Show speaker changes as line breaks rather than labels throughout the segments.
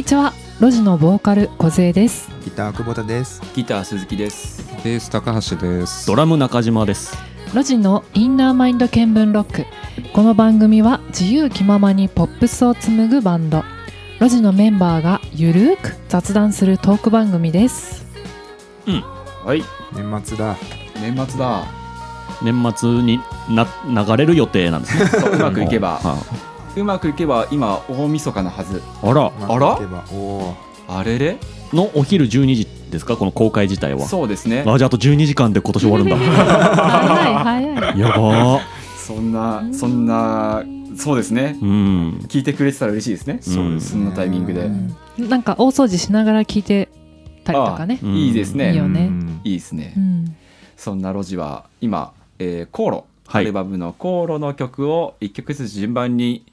路地のボーカル梢です
ギター久保田です。
ギター鈴木です。
ベース高橋です。
ドラム中島です。
路地のインナーマインド見聞ロックこの番組は自由気ままにポップスを紡ぐバンド路地のメンバーがゆるーく雑談するトーク番組です
はい。
年末だ。
年末 だ
年末にな流れる予定なんですね。
そううまくいけば
は
うまくいけば今大晦日のはず
いあら
ま
あら
行けばおー
あれれ
のお昼12時ですかこの公開自体は。
そうですね
あじゃああと12時間で今年終わるん だ。
早い早い
やばー。
そんなそんなそうですね
うん。
聞いてくれてたら嬉しいですね
そうです
そんなタイミングで
うんなんか大掃除しながら聞いてたりとかね
あうん
いいです
いいよ
ね
ね
うん
いいですね
うん
そんな路地は今えー航路
は
ア
い
ルバムの航路の曲を一曲ずつ順番に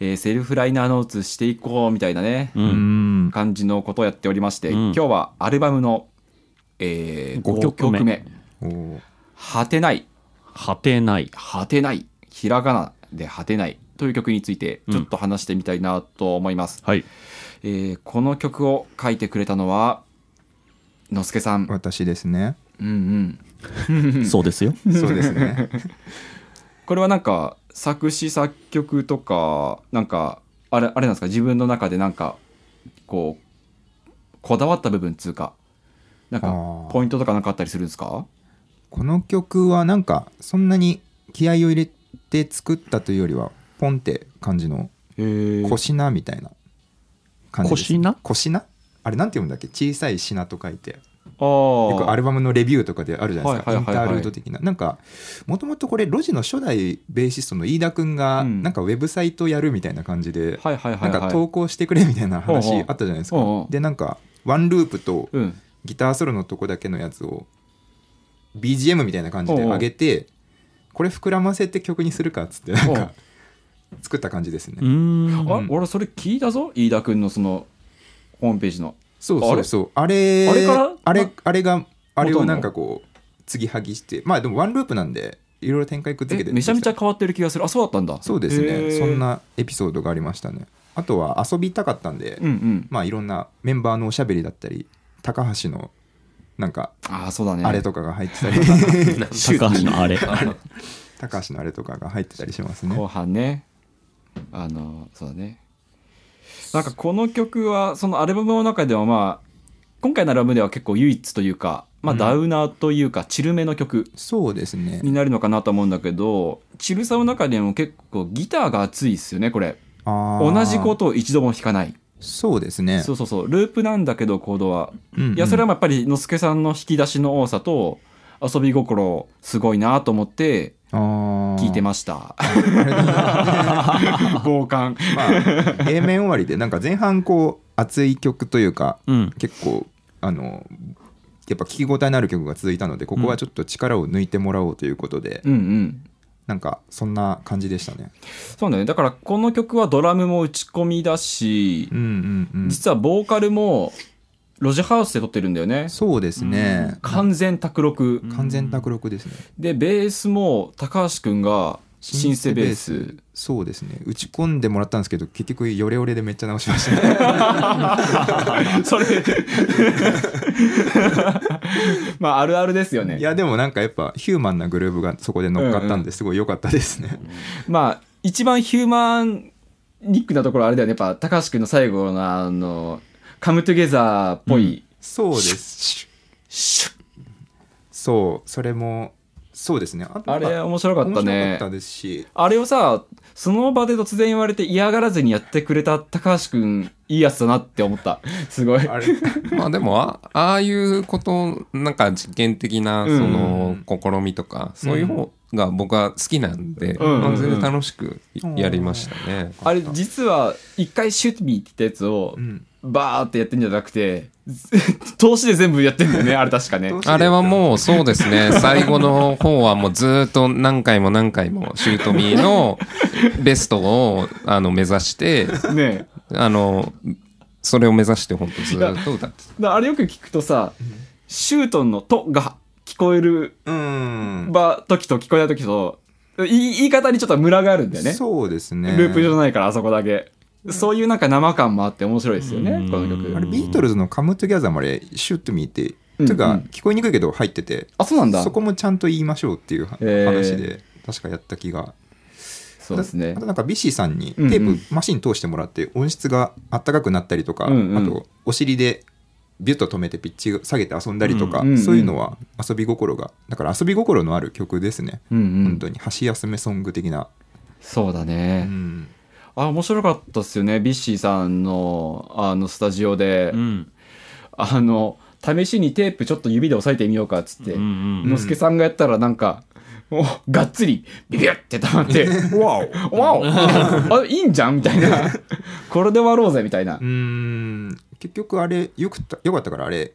えーセルフライナーノーツしていこうみたいなね
う。
うんん。
感じのことをやっておりまして
うん
今日はアルバムのえー
五
5
曲
曲
目
目
おー
「果てない」
果てない。
果てないひらがなで果てないという曲についてちょっと話してみたいなと思います、
はい。
えーこの曲を書いてくれたのはのすけさん、
私ですね。
うんうん
そうですよ。
そうです ね。
これはなんか作詞作曲とかなんかあれあれなんですか自分の中でなんかこうこだわった部分っつうかなん
あ
か
ー
ポイントとかなんかあったりするんですか
この曲はなんかそんなに気合を入れて作ったというよりはポンって感じの小しなみたいな感じです。
こしな
こしなあれなんて読むんだっけ小さいしなと書いて
あ
よくア
ー
ルバムのレビューとかであるじゃないですか、
はいはいはいは
イ
い
ンタールード的ななんかもともとこれ路地の初代ベーシストの飯田君が
うん
なんかウェブサイトやるみたいな感じで、
はいはいは
ないん
はい
か投稿してくれみたいな話
ほうほう
あったじゃないです
ほう
か
ほう
でなんかワンループと
うん
ギターソロのとこだけのやつを BGM みたいな感じで上げてこれ膨らませて曲にするかっつってなん
ほ
か作った感じです
う
ね
ん。
あ、
うん
俺それ聞いたぞ飯田君のそのホームページの
そうそうそうあれ
あれから
あれあれがあれを
元の
なんかこう継ぎはぎしてまあでもワンループなんでいろいろ展開くっつけ
え
て
めちゃめちゃ変わってる気がするあそうだったんだ
そうです
へ
ね
ー
そんなエピソードがありましたねあとは遊びたかったんで、
うんうん
まあいろんなメンバーのおしゃべりだったり高橋のなんか
ああそうだね
あれとかが入って たり、
高橋のあれ。
高橋のあれとかが入ってたりしますね
後半ねあのそうだねなんかこの曲はそのアルバムの中ではまあ今回のアルバムでは結構唯一というかまあダウナーというかチルめの曲
そうですね
になるのかなと思うんだけどチルさの中でも結構ギターが熱いですよねこれ同
同
じことを一度も弾かない
そうですね
そうそうそうループなんだけどコードは
うんうん
いやそれはやっぱりのすけさんの引き出しの多さと遊び心すごいなと思って聞
聞
いて ました。
傍観まあ A 面終わりでなんか前半こう熱い曲というか
うん。
結構あのやっぱ聞き応えのある曲が続いたのでここはちょっと力を抜いてもらおうということで、
うんうん。
なんかそんな感じでしたね
そうだね。だからこの曲はドラムも打ち込みだし
う、んうんうん
実はボーカルもロジハウスで撮ってるんだよね。
そうですね
完全卓録。
完全卓録ですね
で、ベースも高橋くんがシンセベース。
そうですね打ち込んでもらったんですけど結局ヨレヨレでめっちゃ直しましたね
それ。まああるあるですよね。
いやでもなんかやっぱヒューマンなグルーブがそこで乗っかったんですごい良かったですね、
まあ、一番ヒューマンニックなところはあれだよね。やっぱ、高橋君の最後のあの、カムトゥゲザーっぽい、
そうです
シュッ
そうそれもそうですねあ
あれ面白かった
面
ね
白か。ったですし
あれをさ、その場で突然言われて嫌がらずにやってくれた高橋君、いいやつだなって思った。すごい。
あれ
まあでもあ、ああいうこと、なんか実験的な、
うん
その、試みとか、そういう方が僕は好きなんで、
うん
まあ全然楽しくやりましたね。
あれ、実は、一回シュッミーって言ったやつを
う、ん
バーってやってんじゃなくて、 投資で全部やってんだよね、あれ確かね。
どうして
あれはもうそうですね、最後の方はもうずーっと何回も何回も、シュートミー のベストをあの目指して、
ね
あの、それを目指して本当ずーっと歌ってた。
だからあれよく聞くとさ、シュートンのとが聞こえる
うん
場時と聞こえた時と言い言い方にちょっとムラがあるんだよね
そうですね
ループじゃないからあそこだけそういうなんか生感もあって面白いですよ
う
ね
ん
この曲
あれビートルズの「カム・トゥ・ギャザー」までシュッと見えて、
うん
という
う
か
ん
聞こえにくいけど入ってて、
あそうなんだ
そこもちゃんと言いましょうっていう話
へー
で、確かやった気が
そうですね
あとなんかビシーさんにテ
うんうん
ープマシン通してもらって音質があったかくなったりとか、
うんうん
あとお尻でビュッと止めてピッチ下げて遊んだりとか、
うんうん
そういうのは遊び心がだから遊び心のある曲ですね、
うんう
本
ん
当に箸休めソング的な、
そうだ
う
ね
ん
あ面白かったっすよねビッシーさんのあのスタジオで
うん
あの試しにテープちょっと指で押さえてみようかっつって
うん
のすけさんがやったらなんかもうがっつりビビュって溜まって「わおわおあいいんじゃん」みたいな「これで終わろうぜ」みたいな
うーん結局あれよくたよかったからあれ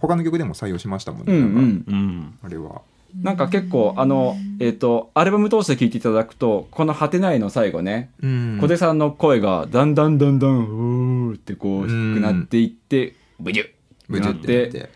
他の曲でも採用しましたもん
う
ね、
ん
な
う
んか
ん
うん
あれは
なんか結構あのえっ、とアルバム通して聴いていただくとこの「果てない」の最後ね
うん
小手さんの声がだんだんだんだんうーってこう低くなっていってブジュッ
ブチュってやって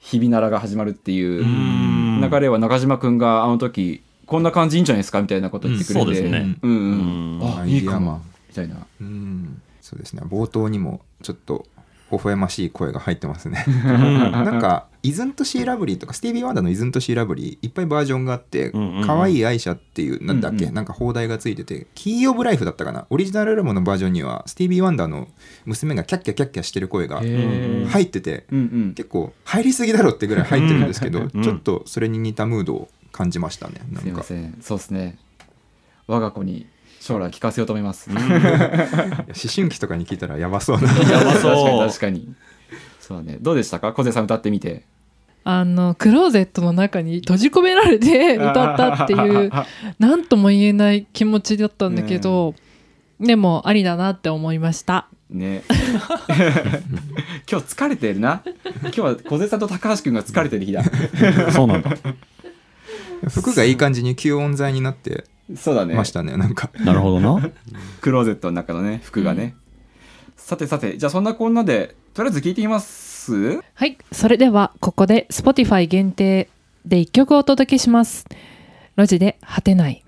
日々ならが始まるっていう
うん
流れは中島君があの時こんな感じいいんじゃないですかみたいなこと言ってくれて、
うんそうですね
うんう
うん
ん、あ
ア
い
イ
い
デ
か
アマ
も
ン
みたいな
うんそうですね冒頭にもちょっと微笑ましい声が入ってます ねなんか「イズントシーラブリー」とかスティービー・ワンダーの「イズントシーラブリー」いっぱいバージョンがあって
うんうんう
「
ん
可愛い愛車」っていうなんだっ
うん
け
うん
なんか放題がついてて「キー・オブ・ライフ」だったかなオリジナルアルバムのバージョンにはスティービー・ワンダーの娘がキャッキャキャッキャしてる声が
へー
入ってて
うんうん
結構入りすぎだろってぐらい入ってるんですけど
うん
ちょっとそれに似たムードを感じましたねな
すい
ん
ま
か
せんそうですね我が子に将来聞かせようと思います、
思春期とかに聞いたらやばそうな
やば
確か
そう
に確かにそうだねどうでしたか小瀬さん歌ってみて
あのクローゼットの中に閉じ込められて歌ったっていう何とも言えない気持ちだったんだけど、でもありだなって思いました
ね 今日疲れてるな今日は小瀬さんと高橋君が疲れてる日だ
そうなんだ
服がいい感じに吸音材になって
そうだね
ましたねなんか
なるほどな
クローゼットの中のね服がね、さてさてじゃあそんなこんなでとりあえず聞いてみます
はいそれではここで Spotify 限定で1曲お届けします路地で果てない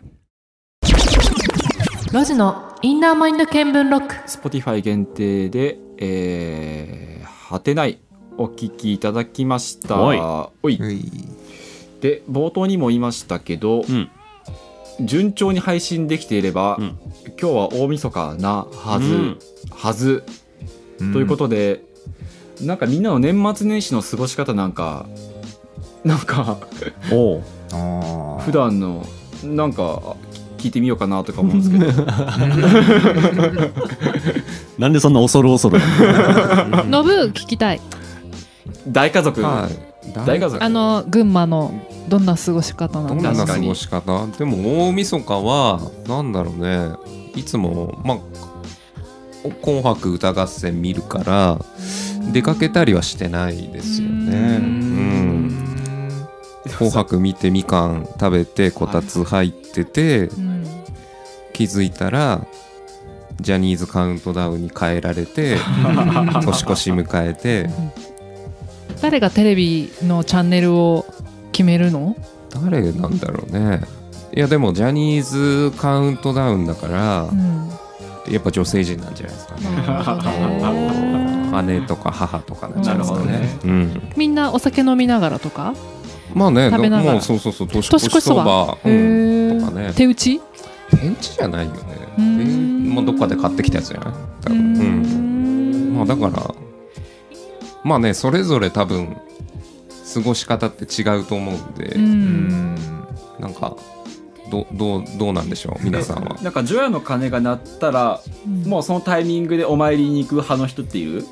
路地のインナーマインド見聞録
Spotify 限定で「えー、果てない」お聞きいただきました
おい
おいう
い
で冒頭にも言いましたけど、
うん
順調に配信できていれば、
うん
今日は大晦日なはず、
うん
はずということで、なんかみんなの年末年始の過ごし方なんかなんか
おう
とああ
普段のなんか聞いてみようかなとか思うんですけど
なんでそんな恐る恐る
ノブ聞きたい
大家族、
はい
大家族
あの群馬のどんな過ごし方な
ど
ん
ん
だ
な
確
過
かに
ごし方でも大晦日はなんだろうねいつもまあ「紅白歌合戦」見るから出かけたりはしてないですよね。
う
うん紅白見てみかん食べてこたつ入ってて
うん
気づいたらジャニーズカウントダウンに変えら れて年越し迎えて
誰がテレビのチャンネルを決めるの
誰なんだろうねいやでもジャニーズカウントダウンだから
うん
やっぱ女性陣なんじゃないですかね 姉 とか母とかなんじゃないですか
なる
ね。うん、
みんなお酒飲みながらとか、
まあね、
食べながら
もうそうそうそう、年越しそば、
へ
うん、とか
ー
ね。
手打ち
手打ちじゃないよね。
う
手
ん
もうどっかで買ってきたやつじゃない。多分、うん、まあだから、まあね、それぞれ多分過ごし方って違うと思うんで、
うん
なんかどどうどうなんでしょう、皆さ んは。
なんか除夜の鐘が鳴ったらもうそのタイミングでお参りに行く派の人っている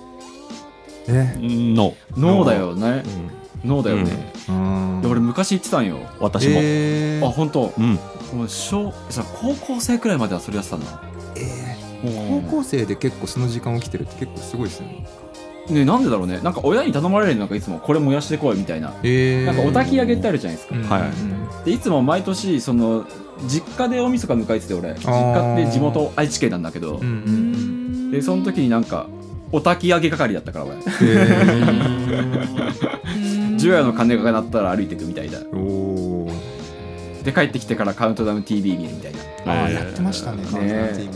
え
の
ノーだよね
うん
ノーだよね、
うん
いや俺昔言ってたんよ
私も
あ
え
本当
うん
もう小さ高校生くらいまではそれやってたんだ
ー高校生で結構その時間起きてるって結構すごいですね
ねなんでだろうねなんか親に頼まれるのなんかいつもこれ燃やしてこいみたいな
え
なんかお焚き上げってあるじゃないですか、
はい
でいつも毎年その実家で大晦日迎えてて俺実家って地元愛知県なんだけど、
うん
でその時になんかお焚き上げ係だったから俺除夜の鐘が鳴ったら歩いてくみたいな
おおー
で帰ってきてからカウントダウン TV 見るみたいな
あーやってましたねカウントダウン TV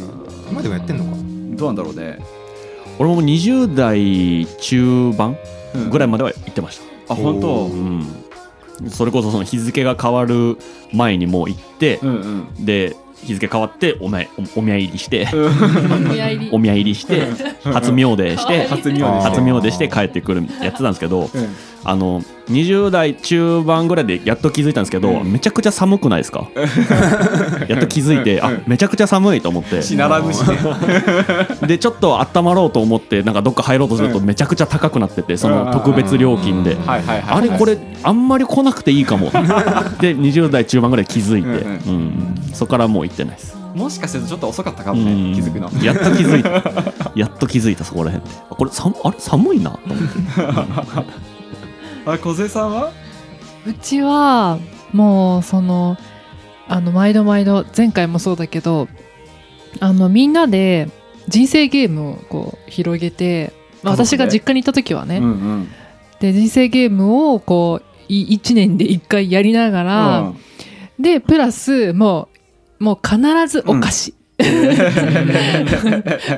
今でもやってんのか
どうなんだろうね、
俺も20代中盤
うん
ぐらいまでは行ってました、
あ本当
うん、それこそその日付が変わる前にもう行って、
うんうん
で日付変わってお前おお宮入 りして、お宮入りして初詣でして
初見
あー
初詣でして帰ってくるやってたんですけどあの20代中盤ぐらいでやっと気づいたんですけど、
うん
めちゃくちゃ寒くないで すかやっと気づいて、
うん
あめちゃくちゃ寒いと思って
しならぬしね
でちょっと温まろうと思ってなんかどっか入ろうとすると
う
めちゃくちゃ高くなっててそ
うん
の特別料金で、
はいはいはい
あれこれあんまり来なくていい かもで20代中盤ぐらい気づいて、
う
うんそこからもう行ってないです、
もしかしてちょっと遅かったか
う
もね
ん
気づくの
やっと気づいた やっと気づいたそこら辺であこれ寒あれ寒いなと思って
あ小瀬さんは
うちはもうそのあの毎度毎度前回もそうだけどあのみんなで人生ゲームをこう広げて、まあ、
家族で
私が実家にいた時はね、
うんうん
で人生ゲームをこう1年で1回やりながら、
うん
でプラスもうもう必ずお菓 子、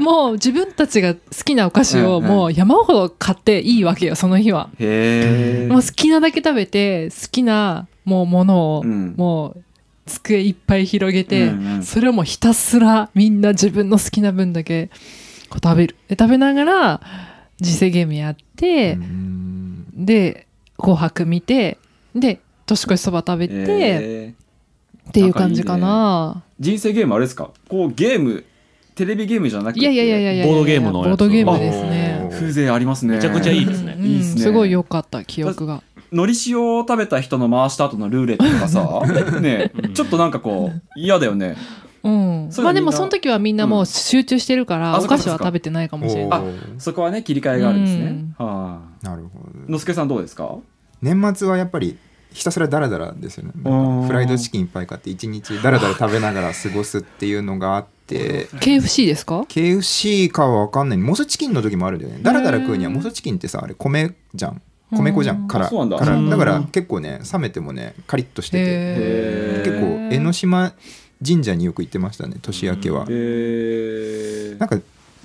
もう自分たちが好きなお菓子を
うんうん
もう山ほど買っていいわけよその日は、
へえ
もう好きなだけ食べて好きなもうものをもう机いっぱい広げて、
うんうん
それをもうひたすらみんな自分の好きな分だけこう食べるで食べながら人生ゲームやって、
うん
で「紅白」見てで年越しそば食べて、っていう感じかな
人生ゲームあれですかこうゲームテレビゲームじゃなくて
いやいやいやいやいや
ボードゲームのやつ
ボードゲームですね
風情ありますね
めちゃくちゃいいですね
うん
いいっすね
すごい良かった記憶が
のり塩を食べた人の回した後のルーレットとか さねえちょっとなんかこう嫌だよね
うん
そうだ
まあで
みん
も
な
その時はみんなもう集中してるから、
うんあそ
お
っか
菓
そっ
子
か
は食べてないかもしれない
お
あ
ー
そこはね切り替えがあるんですね、はあ
なるほど
のすけさんどうですか
年末はやっぱりひたすらダラダラですよね
おー
フライドチキンいっぱい買って一日ダラダラ食べながら過ごすっていうのがあって。
KFC ですか
KFC かは分かんないモスチキンの時もあるんだよねダラダラ食うにはモスチキンってさあれ米じゃん米粉じゃ
うん
んから
あそうなんだ
から
うん
だから結構ね冷めてもねカリッとしてて
へ
結
ー
構江ノ島神社によく行ってましたね年明けは
えー
なんか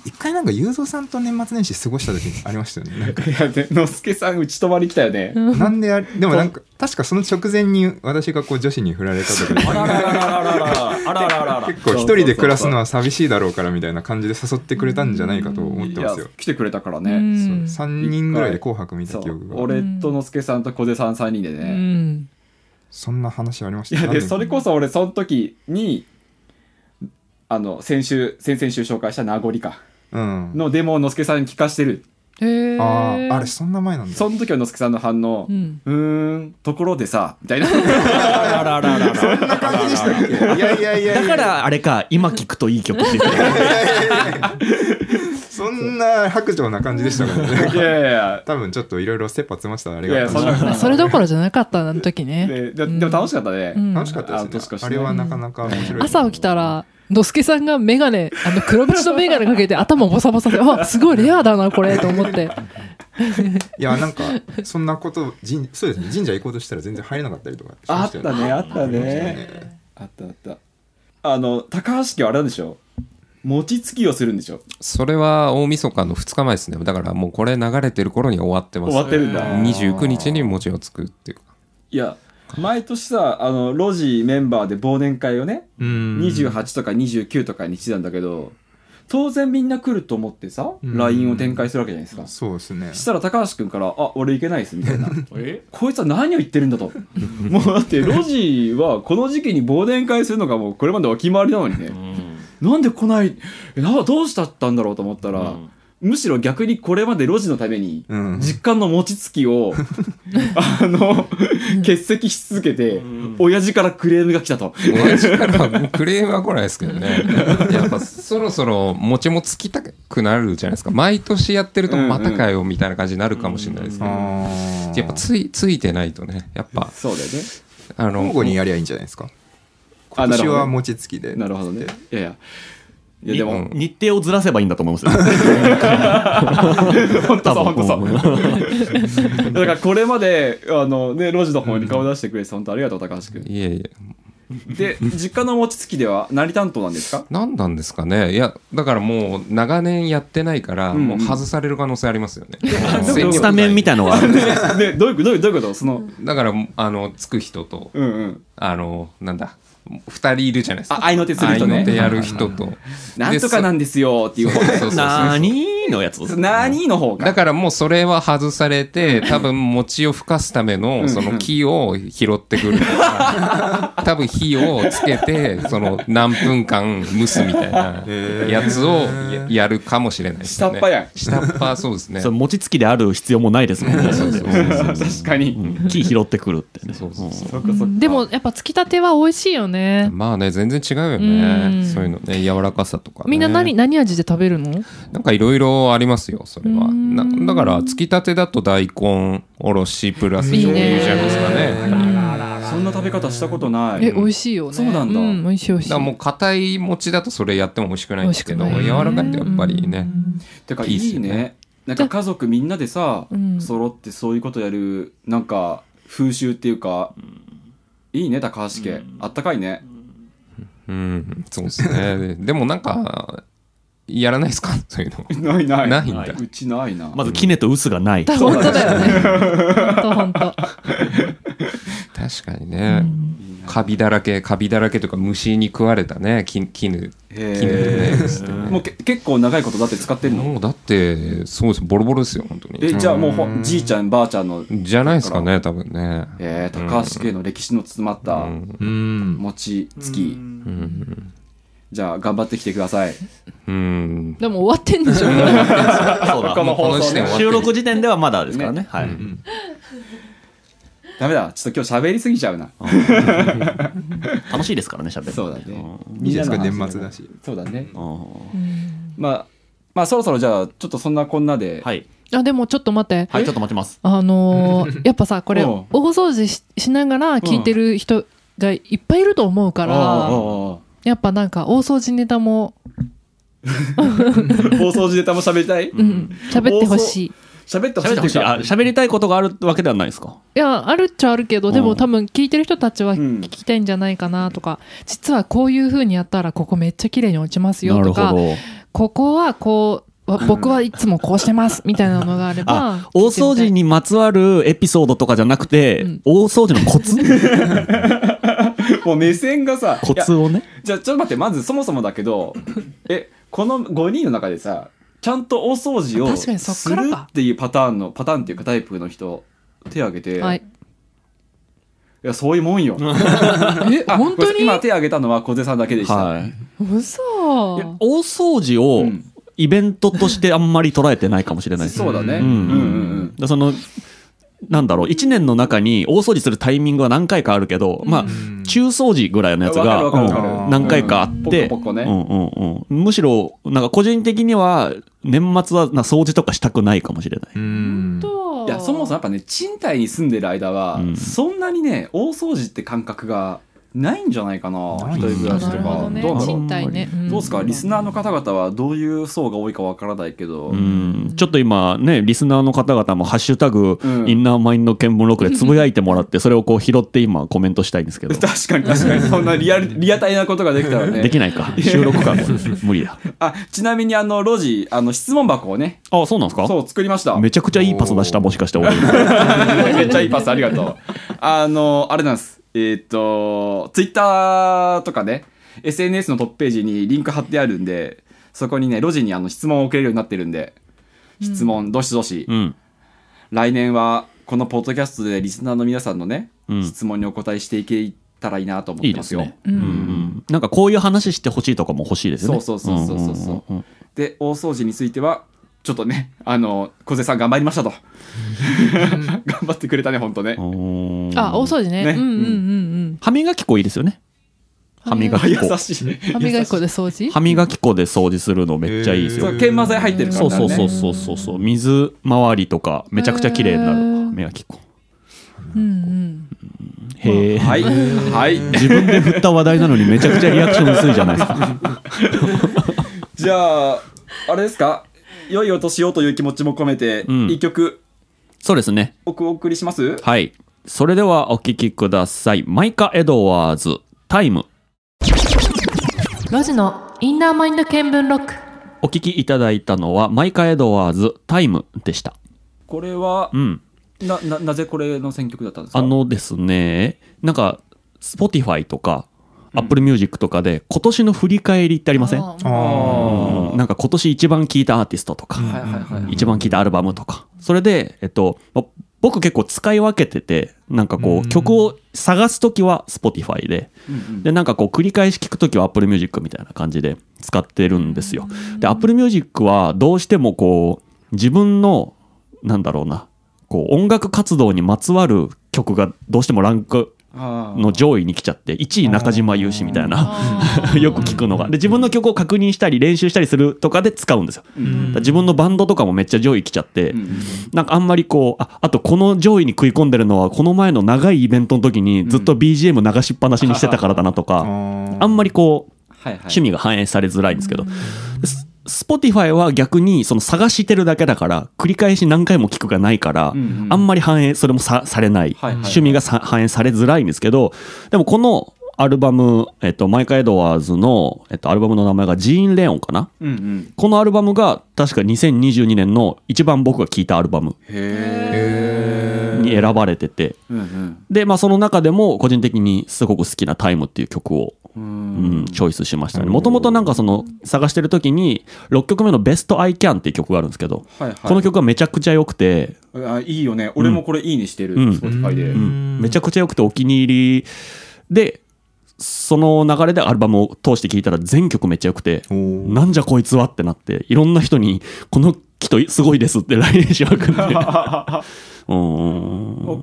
一回なんか雄三さんと年末年始過ごした時ありましたよねなんか
いやねのすけさん打ち止まり来たよね
なんであれでもなんか確かその直前に私がこう女子に振られたとか
あららららららあらららら
結構一人で暮らすのは寂しいだろうからみたいな感じで誘ってくれたんじゃないかと思ってます
い
よ
や。来てくれたから
う
ね、
ん
そう3人ぐらいで「紅白」見た
そう
記憶が
俺とのすけさんと小出さん3人で
う
ね、
ん
そんな話ありまし
い
た
や
なん
で
で
それこそ俺その時にあの先週先々週紹介した名残か
うん
のデモをのすけさんに聞かしてる
へえ
あーあれそんな前なんだ
その時はのすけさんの反応
う、ん
うーんところでさみた いな
あらららら
そんな感じでしたっけいやいやいやいや
だからあれか今聞くといい曲 って言ってた
そんな白状な感じでしたから
い
ね
やいや
多分ちょっといろいろ切羽詰ましたあ
い
れが
やいやそんなことない
それどころじゃなかったなあの時ね、
でででも楽しかったね、
うん
楽しかっ
あ
た
の
で
年
す
越
ね
しね
あれはなかなか面白い
朝起きたらのすけさんが眼鏡あの黒縁の眼鏡かけて頭ボサボサ であすごいレアだなこれと思って
いやなんかそんなこと神そうですね神社行こうとしたら全然入れなかったりとかし
あ
ま
っ
した
た
よね
ねあった
ありましたよ
ね
ね
あったあったあの高橋家はあれなんでしょ餅つきをするんでしょ
それは大晦日の2日前ですねだからもうこれ流れてる頃には終わってます
終わってるんだ
29日に餅をつくっていうか
いや毎年さあの路地メンバーで忘年会をね
うん
28とか29とかにしてたんだけど当然みんな来ると思ってさ
うん
LINE を展開するわけじゃないですか
そうですね
したら高橋君から「あ俺行けないです」みたいな「こいつは何を言ってるんだ」と もうだって路地はこの時期に忘年会するのがもうこれまで脇回りなのにねなんで来ないえなどうしたったんだろうと思ったら、
うん
むしろ逆にこれまで路地のために
うん
実家の餅つ きをあの欠席し続けて、親父からクレームが来たと。
親父からクレームは来ないですけどねやっぱそろそろ餅もつきたくなるじゃないですか毎年やってると
うんうん
またかよみたいな感じになるかもしれないですけど、
あー
やっぱついついてないとねやっぱ
そうだよね。
あ
交互にやりゃいいんじゃないですか
あ
今
なる
年
ほど
は餅つきで
なるほどね。いやいや。いや
に
でも、
日程をずらせばいいんだと思い ますよ
本当そう、
多
本当
分
そう。だからこれまで、あのね、路地の方に顔出してくれて、本当ありがとう、高橋君。
いえいえ
で実家の餅つきでは何担当なんです か
何なんですかねいやだからもう長年やってないから、
うんうん
もう外される可能性あります よね
でも
戦
ス
力
タメンみたいのはあるんですか
でどういうことどういうどういうことその
だからあのつく人と
うんうん
あのなんだ二人いるじゃないです
あ
か
愛の手する
愛
人
の手
ね
やる人と
なんとかなんですよっていう 方
そうそうそう
なーにーのやつ
そ何の方
だ
か
からもうそれは外されて多分餅をふかすためのその木を拾っ てくるとか多分火をつけてその何分間蒸すみたいなやつをややるかもしれないですね
下っ端やん
下っ端そうですね
それ餅つきである必要もないですもんね
確かに
うん木拾ってくるってね
そうそうそう
そっかそっか
でもやっぱつきたては美味しいよね
まあね全然違うよ
う
ね
ん
そういうのね柔らかさとかね
みんな何何味で食べるの
なんかいろいろありますよそれは
うん
なだからつきたてだと大根おろしプラス醤油じゃないですかね
いいね
そんな食べ方したことない
え美味しいよね
そうなんだ
美味しい美味し
だ
い
からもう硬い餅だとそれやっても美味しくないんですけど
美味
柔
しくない
らかいとやっぱりね
てか
いいっ
い
す
い
よね
ねなんか家族みんなでさ
うん
揃ってそういうことやるなんか風習っていうかいいね高橋家あったかいね
うんそうです ねでもなんかやらないですか そういうの
ないない
ないんだ
うちないな
まずキネとウスがない
だ本当だよね本当本
確かにねカビだらけカビだらけとか虫に食われたねき絹絹
へ
ね
えもうけ結構長いことだって使ってるの
もうだってそうですボロボロですよ本当
え
に
じゃあもうほじいちゃんばあちゃんの
じゃないですかね多分ね
えー高橋家の歴史の詰まった
うん
うん
餅つき
うん
じゃあ頑張ってきてください
うん
当でも終わってんで しょ
そうだ
この放
この
送
時点
ね
終わって
収
る
録時点ではまだですからねはい
ダメだちょっと今日喋りすぎちゃうな
楽しいですからね喋る
そうだね
いいじゃないです
みん
か年
なの話
末だし
そうだね
うん
まあまあそろそろじゃあちょっとそんなこんなで
はい
あでもちょっと待って
はいちょっと待ちます
あの ーやっぱさこれ
うん
大掃除ししながら聞いてる人がいっぱいいると思うか
おう
ら
おうおう
やっぱなんか大掃除ネタも
大掃除ネタも喋りたい
うん喋ってほしいい
喋ってほし
喋
いっててい
っほ
う
しいあ
か
喋りたいことがあるわけではないですか
やあるっちゃあるけどで
う
も
ん
多分聞いてる人たちは
うん
聞きたいんじゃないかなとか実はこういう風にやったらここめっちゃ綺麗に落ちますよとか
ど
ここはこう わ僕はいつもこうしてますみたいなのがあれば
あ大
聞
掃除
いてみ
にまつわるエピソードとかじゃなくて、
うん
大掃除のコツ
もう目線がさ
コ
いや
ツをね
じゃあちょっと待ってまずそもそもだけ どえこの5人の中でさちゃんと大掃除を
確かにそ
す
っ
る
からか
っていうパターンのパターンっていうかタイプの人手挙げて、
たいはいい、
やそういうもんよ
え
あ
本
ごめんな
当
さい
に
今手挙げたのは小手さんだけでした、
はい
嘘
いや大掃除を
うん
イベントとしてあんまり捉えてないかもしれないです
そうだね、
うん
うんうん
だからそのなんだろう1年の中に大掃除するタイミングは何回かあるけど、まあ中掃除ぐらいのやつ
わか
が
るわかるわかる
うん何回かあって、
うんポコポコね
うんうんうん、むしろなんか個人的には年末はな掃除とかしたくないかもしれない。
うん
と
いやそもそもやっぱね賃貸に住んでる間は、
うん
そんなにね大掃除って感覚がないんじゃないかな
ない
一人暮らし
な
と
る
か
ほ
ど
ど
う
ね
だろう
賃貸ね、ん
どうですかリスナーの方々はどういう層が多いかわからないけど、
うんちょっと今ねリスナーの方々も「ハッシュタグ、
うん
インナーマインド見聞録」でつぶやいてもらってそれをこう拾って今コメントしたいんですけ ど
確かに確 かにそんなリアルリアタイなことができたらね
できないか収録か無理だ
あちなみにあの路地あの質問箱をね
あそうなんです か
そう作りましため
めちゃくちゃいいパス出したもしかし て俺
っちゃいいパスありがとうあのあれなんですえーっとツイッターとかね SNS のトップページにリンク貼ってあるんでそこにね路地にあの質問を送れるようになってるんで質問どしどし、
うん
来年はこのポッドキャストでリスナーの皆さんのね、
うん
質問にお答えしていけたらいいなと思っ
い
て
いで
ます
す
よ
ね
うん
うんなんかこういう話してほしいとかも欲しいですよね
そうそうそうそうそうそうん
んん
で大掃除についてはちょっとねあの小瀬さん頑張りま したと頑張ってくれたね本当ね
うんうん
あ大掃除ね
ね
うんうんうん
歯磨き粉いいですよね
うん
歯磨き
優
粉
しいね
歯磨き粉で掃除
歯磨き粉で掃除するのめっちゃいいですよ
そう研磨剤入ってるから
そ
ね
うそうそうそうそうそう水回りとかめちゃくちゃ綺麗にな
へ
る
ー
目が結構
うん
へえ、
はいはい
自分で振った話題なのにめちゃくちゃリアクション薄いじゃないですか
じゃああれですか良いお年をという気持ちも込めて
うん
一曲
そうですね
お送りします、
はいそれではお聴きくださいマイカ・エドワーズ「タイム
ロジのインナーマインド見聞録
お聞きいただいたのはマイカ・エドワーズ「タイム」でした
これは
うん
なななぜこれの選曲だったんですか
あのですねなんか Spotify とか Apple Music とかで今年の振り返りってありません、
あー
あ
うんなんか今年一番聴いたアーティストとか、
はいはいはい、
一番聴いたアルバムとかそれで、えっと、ま僕結構使い分けててなんか
う
こ
ん
う曲を探す時は Spotify で
うんうん
でなんかこう繰り返し聴く時は Apple Music みたいな感じで使ってるんですよで Apple Music はどうしてもこう自分のなんだろうなこう音楽活動にまつわる曲がどうしてもランク
あー
の上位に来ちゃって1位中島雄志みたいな
あ ー
よく聞くのがで自分の曲を確認したり練習したりするとかで使うんですよ
うんうん
だから自分のバンドとかもめっちゃ上位来ちゃって、
うんうん
なんかあんまりこうああとこの上位に食い込んでるのはこの前の長いイベントの時にずっと BGM 流しっぱなしにしてたからだなとか、あ
あ
んまりこう
はいはい、
趣味が反映されづらいんですけど、ス Spotify は逆にその探してるだけだから繰り返し何回も聞くがないから、
うんうん
あんまり反映それもさされない、
はいはい
趣味がさ反映されづらいんですけどでもこのアルバム、えっと、マイカ・エドワーズの、えっと、アルバムの名前がジーン・レオンかな
うんうん
このアルバムが確か2022年の一番僕が聴いたアルバムに選ばれてて
うんうん
で、まあ、その中でも個人的にすごく好きな「タイムっていう曲を
うん
うん、チョイスしましたね。もともとなんかその探してる時に6曲目の「ベスト・アイ・キャン」っていう曲があるんですけど、
はいはい、
この曲がめちゃくちゃ良くて、
あいいよね俺もこれいいにしてる、
うん
Spotify で、
うん
めちゃくちゃ良くてお気に入りでその流れでアルバムを通して聴いたら全曲めっちゃ良くて
おー
なんじゃこいつはってなっていろんな人に「この人すごいです」って 来年しまくって うんうん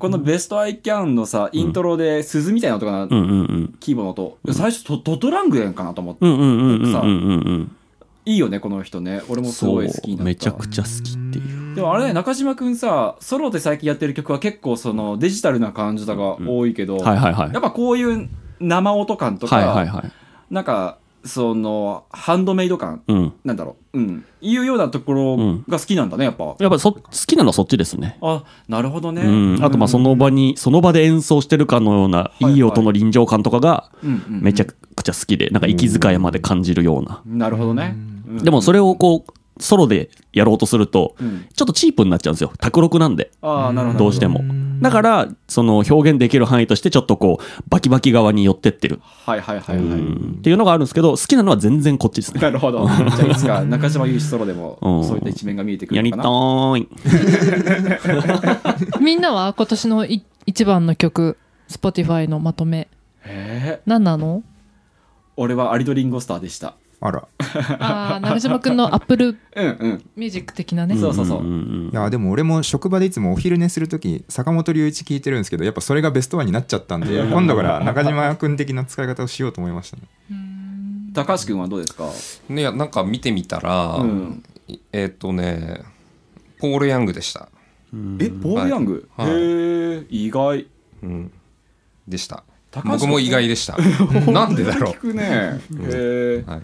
このベストアイキャンのさイントロで鈴みたいな音がな、
うんうんうん
キーボーの音、最初トトトラングレンかなと思って、
うんうんうんうんうんうんうん
いいよねこの人ね俺もす
そ
ご
う
い好きになった
めちゃくちゃ好きっていう
でもあれね中島くんさソロで最近やってる曲は結構そのデジタルな感じとか多いけど、
はいはいはい
やっぱこういう生音感とか、
はいはいはい
なんかそのハンドメイド感
うん
なんだろううんいうようなところが好きなんだねやっぱ、
やっぱそ好きなのはそっちですね
あなるほどね、
うん、あとまあその場に、その場で演奏してるかのような、
いはい
いい音の臨場感とかが
うんうんうん
めちゃくちゃ好きで、なんか息遣いまで感じるような。
なるほどね、うん
でもそれをこう、ソロでやろうとすると、
うん
ちょっとチープになっちゃうんですよ。卓録なんで、
ああなるほど
どうしても。だから、その表現できる範囲としてちょっとこう、バキバキ側に寄ってってる。
はいはいはいはい、
うんっていうのがあるんですけど、好きなのは全然こっちです ね。
なるほど。じゃあいつか中島雄志ソロでも
うん
そういった一面が見えてく
や
る
り
の
た
かな。
ーい。
みんなは今年のい一番の曲 Spotify のまとめ
ええ
何な の
俺はアリドリンゴスターでした。
あら
ああ中島くんの Apple
うんうん。
Music 的なね
そうそうそう。
うんうん
いやでも俺も職場でいつもお昼寝する時坂本龍一聞いてるんですけどやっぱそれがベストワンになっちゃったんで今度から中島君的な使い方をしようと思いました ね
高橋君はどうですか。
ねいやなんか見てみたら、
うん
いえっ、とねポール・ヤングでした、
え、ボールヤング。
はい
へえ、意外。
うん、でした
高橋
僕も意外でした なんでだろ
聞くね。へえ
う、。はい、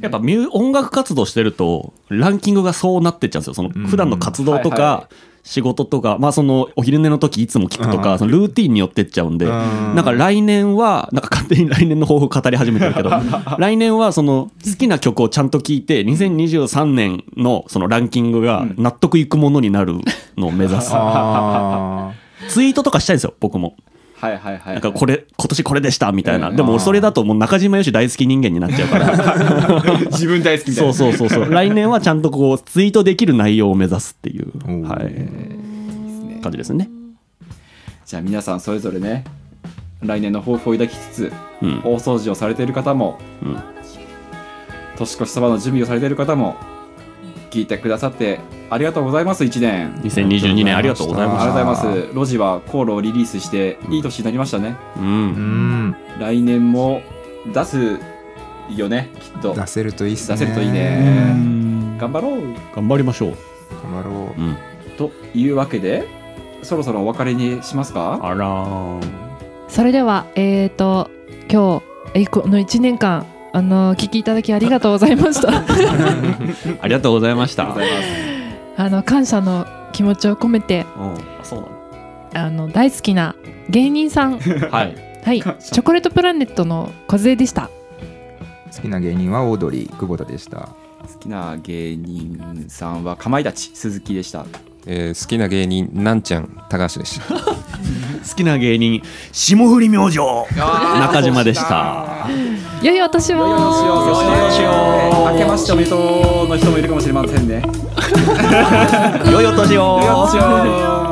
やっぱミュ音楽活動してるとランキングがそうなってっちゃうんですよその
うん
普段の活動と
はいは
か仕事とか、まあそのお昼寝の時いつも聞くと
うん
かそのルーティンによってっちゃうんで
うん
なんか来年はなんか勝手に来年の抱負語り始めてるけど来年はその好きな曲をちゃんと聞いて2023年のそのランキングが納得いくものになるのを目指す
あ
ツイートとかしたいんですよ僕も
はいはいはい。
なんかこれ今年これでしたみたいな
うん
でも俺それだともう中島よし大好き人間になっちゃうから
自分大好きみたい
そう
な。
そうそうそう。来年はちゃんとこう、ツイートできる内容を目指すっていう
お、ー
はい、
ですね
感じですね。
じゃあ皆さんそれぞれね、来年の抱負を抱きつつ、
うん。
大掃除をされている方も、
うん
年越しそばの準備をされている方も、聞いてくださってありがとうございます一年。
2022年ありがとうございま
あ
し
りがとうご
あ
ざいます。ロジは航路をリリースして、いい年になりましたね。
た。う。
ーうんん
来年も出すよね、きっと。
出せるといいっすね
出せるといいね
うん
頑張ろう。
頑張りましょう。
頑張ろう
うん。
というわけで、そろそろお別れにしますか
あらー。
それではえっ、と今日えこの1年間あの聞きいただきありがとうございました
ありがとうございました。
ありがとうございます
あの感謝の気持ちを込めて
うん。あそうな
あの大好きな芸人さん
の。はい。
はい、チョコレートプラネットの梢でした。
好きな芸人はオードリー久保田でした
好きな芸人さんはかまいたち鈴木でした
えー好きな芸人なんちゃん高橋でした
好きな芸人霜降り明星中島でした
良いお年を。
明けましておめでとうの人もいるかもしれませんね
良いお年を
よいお年を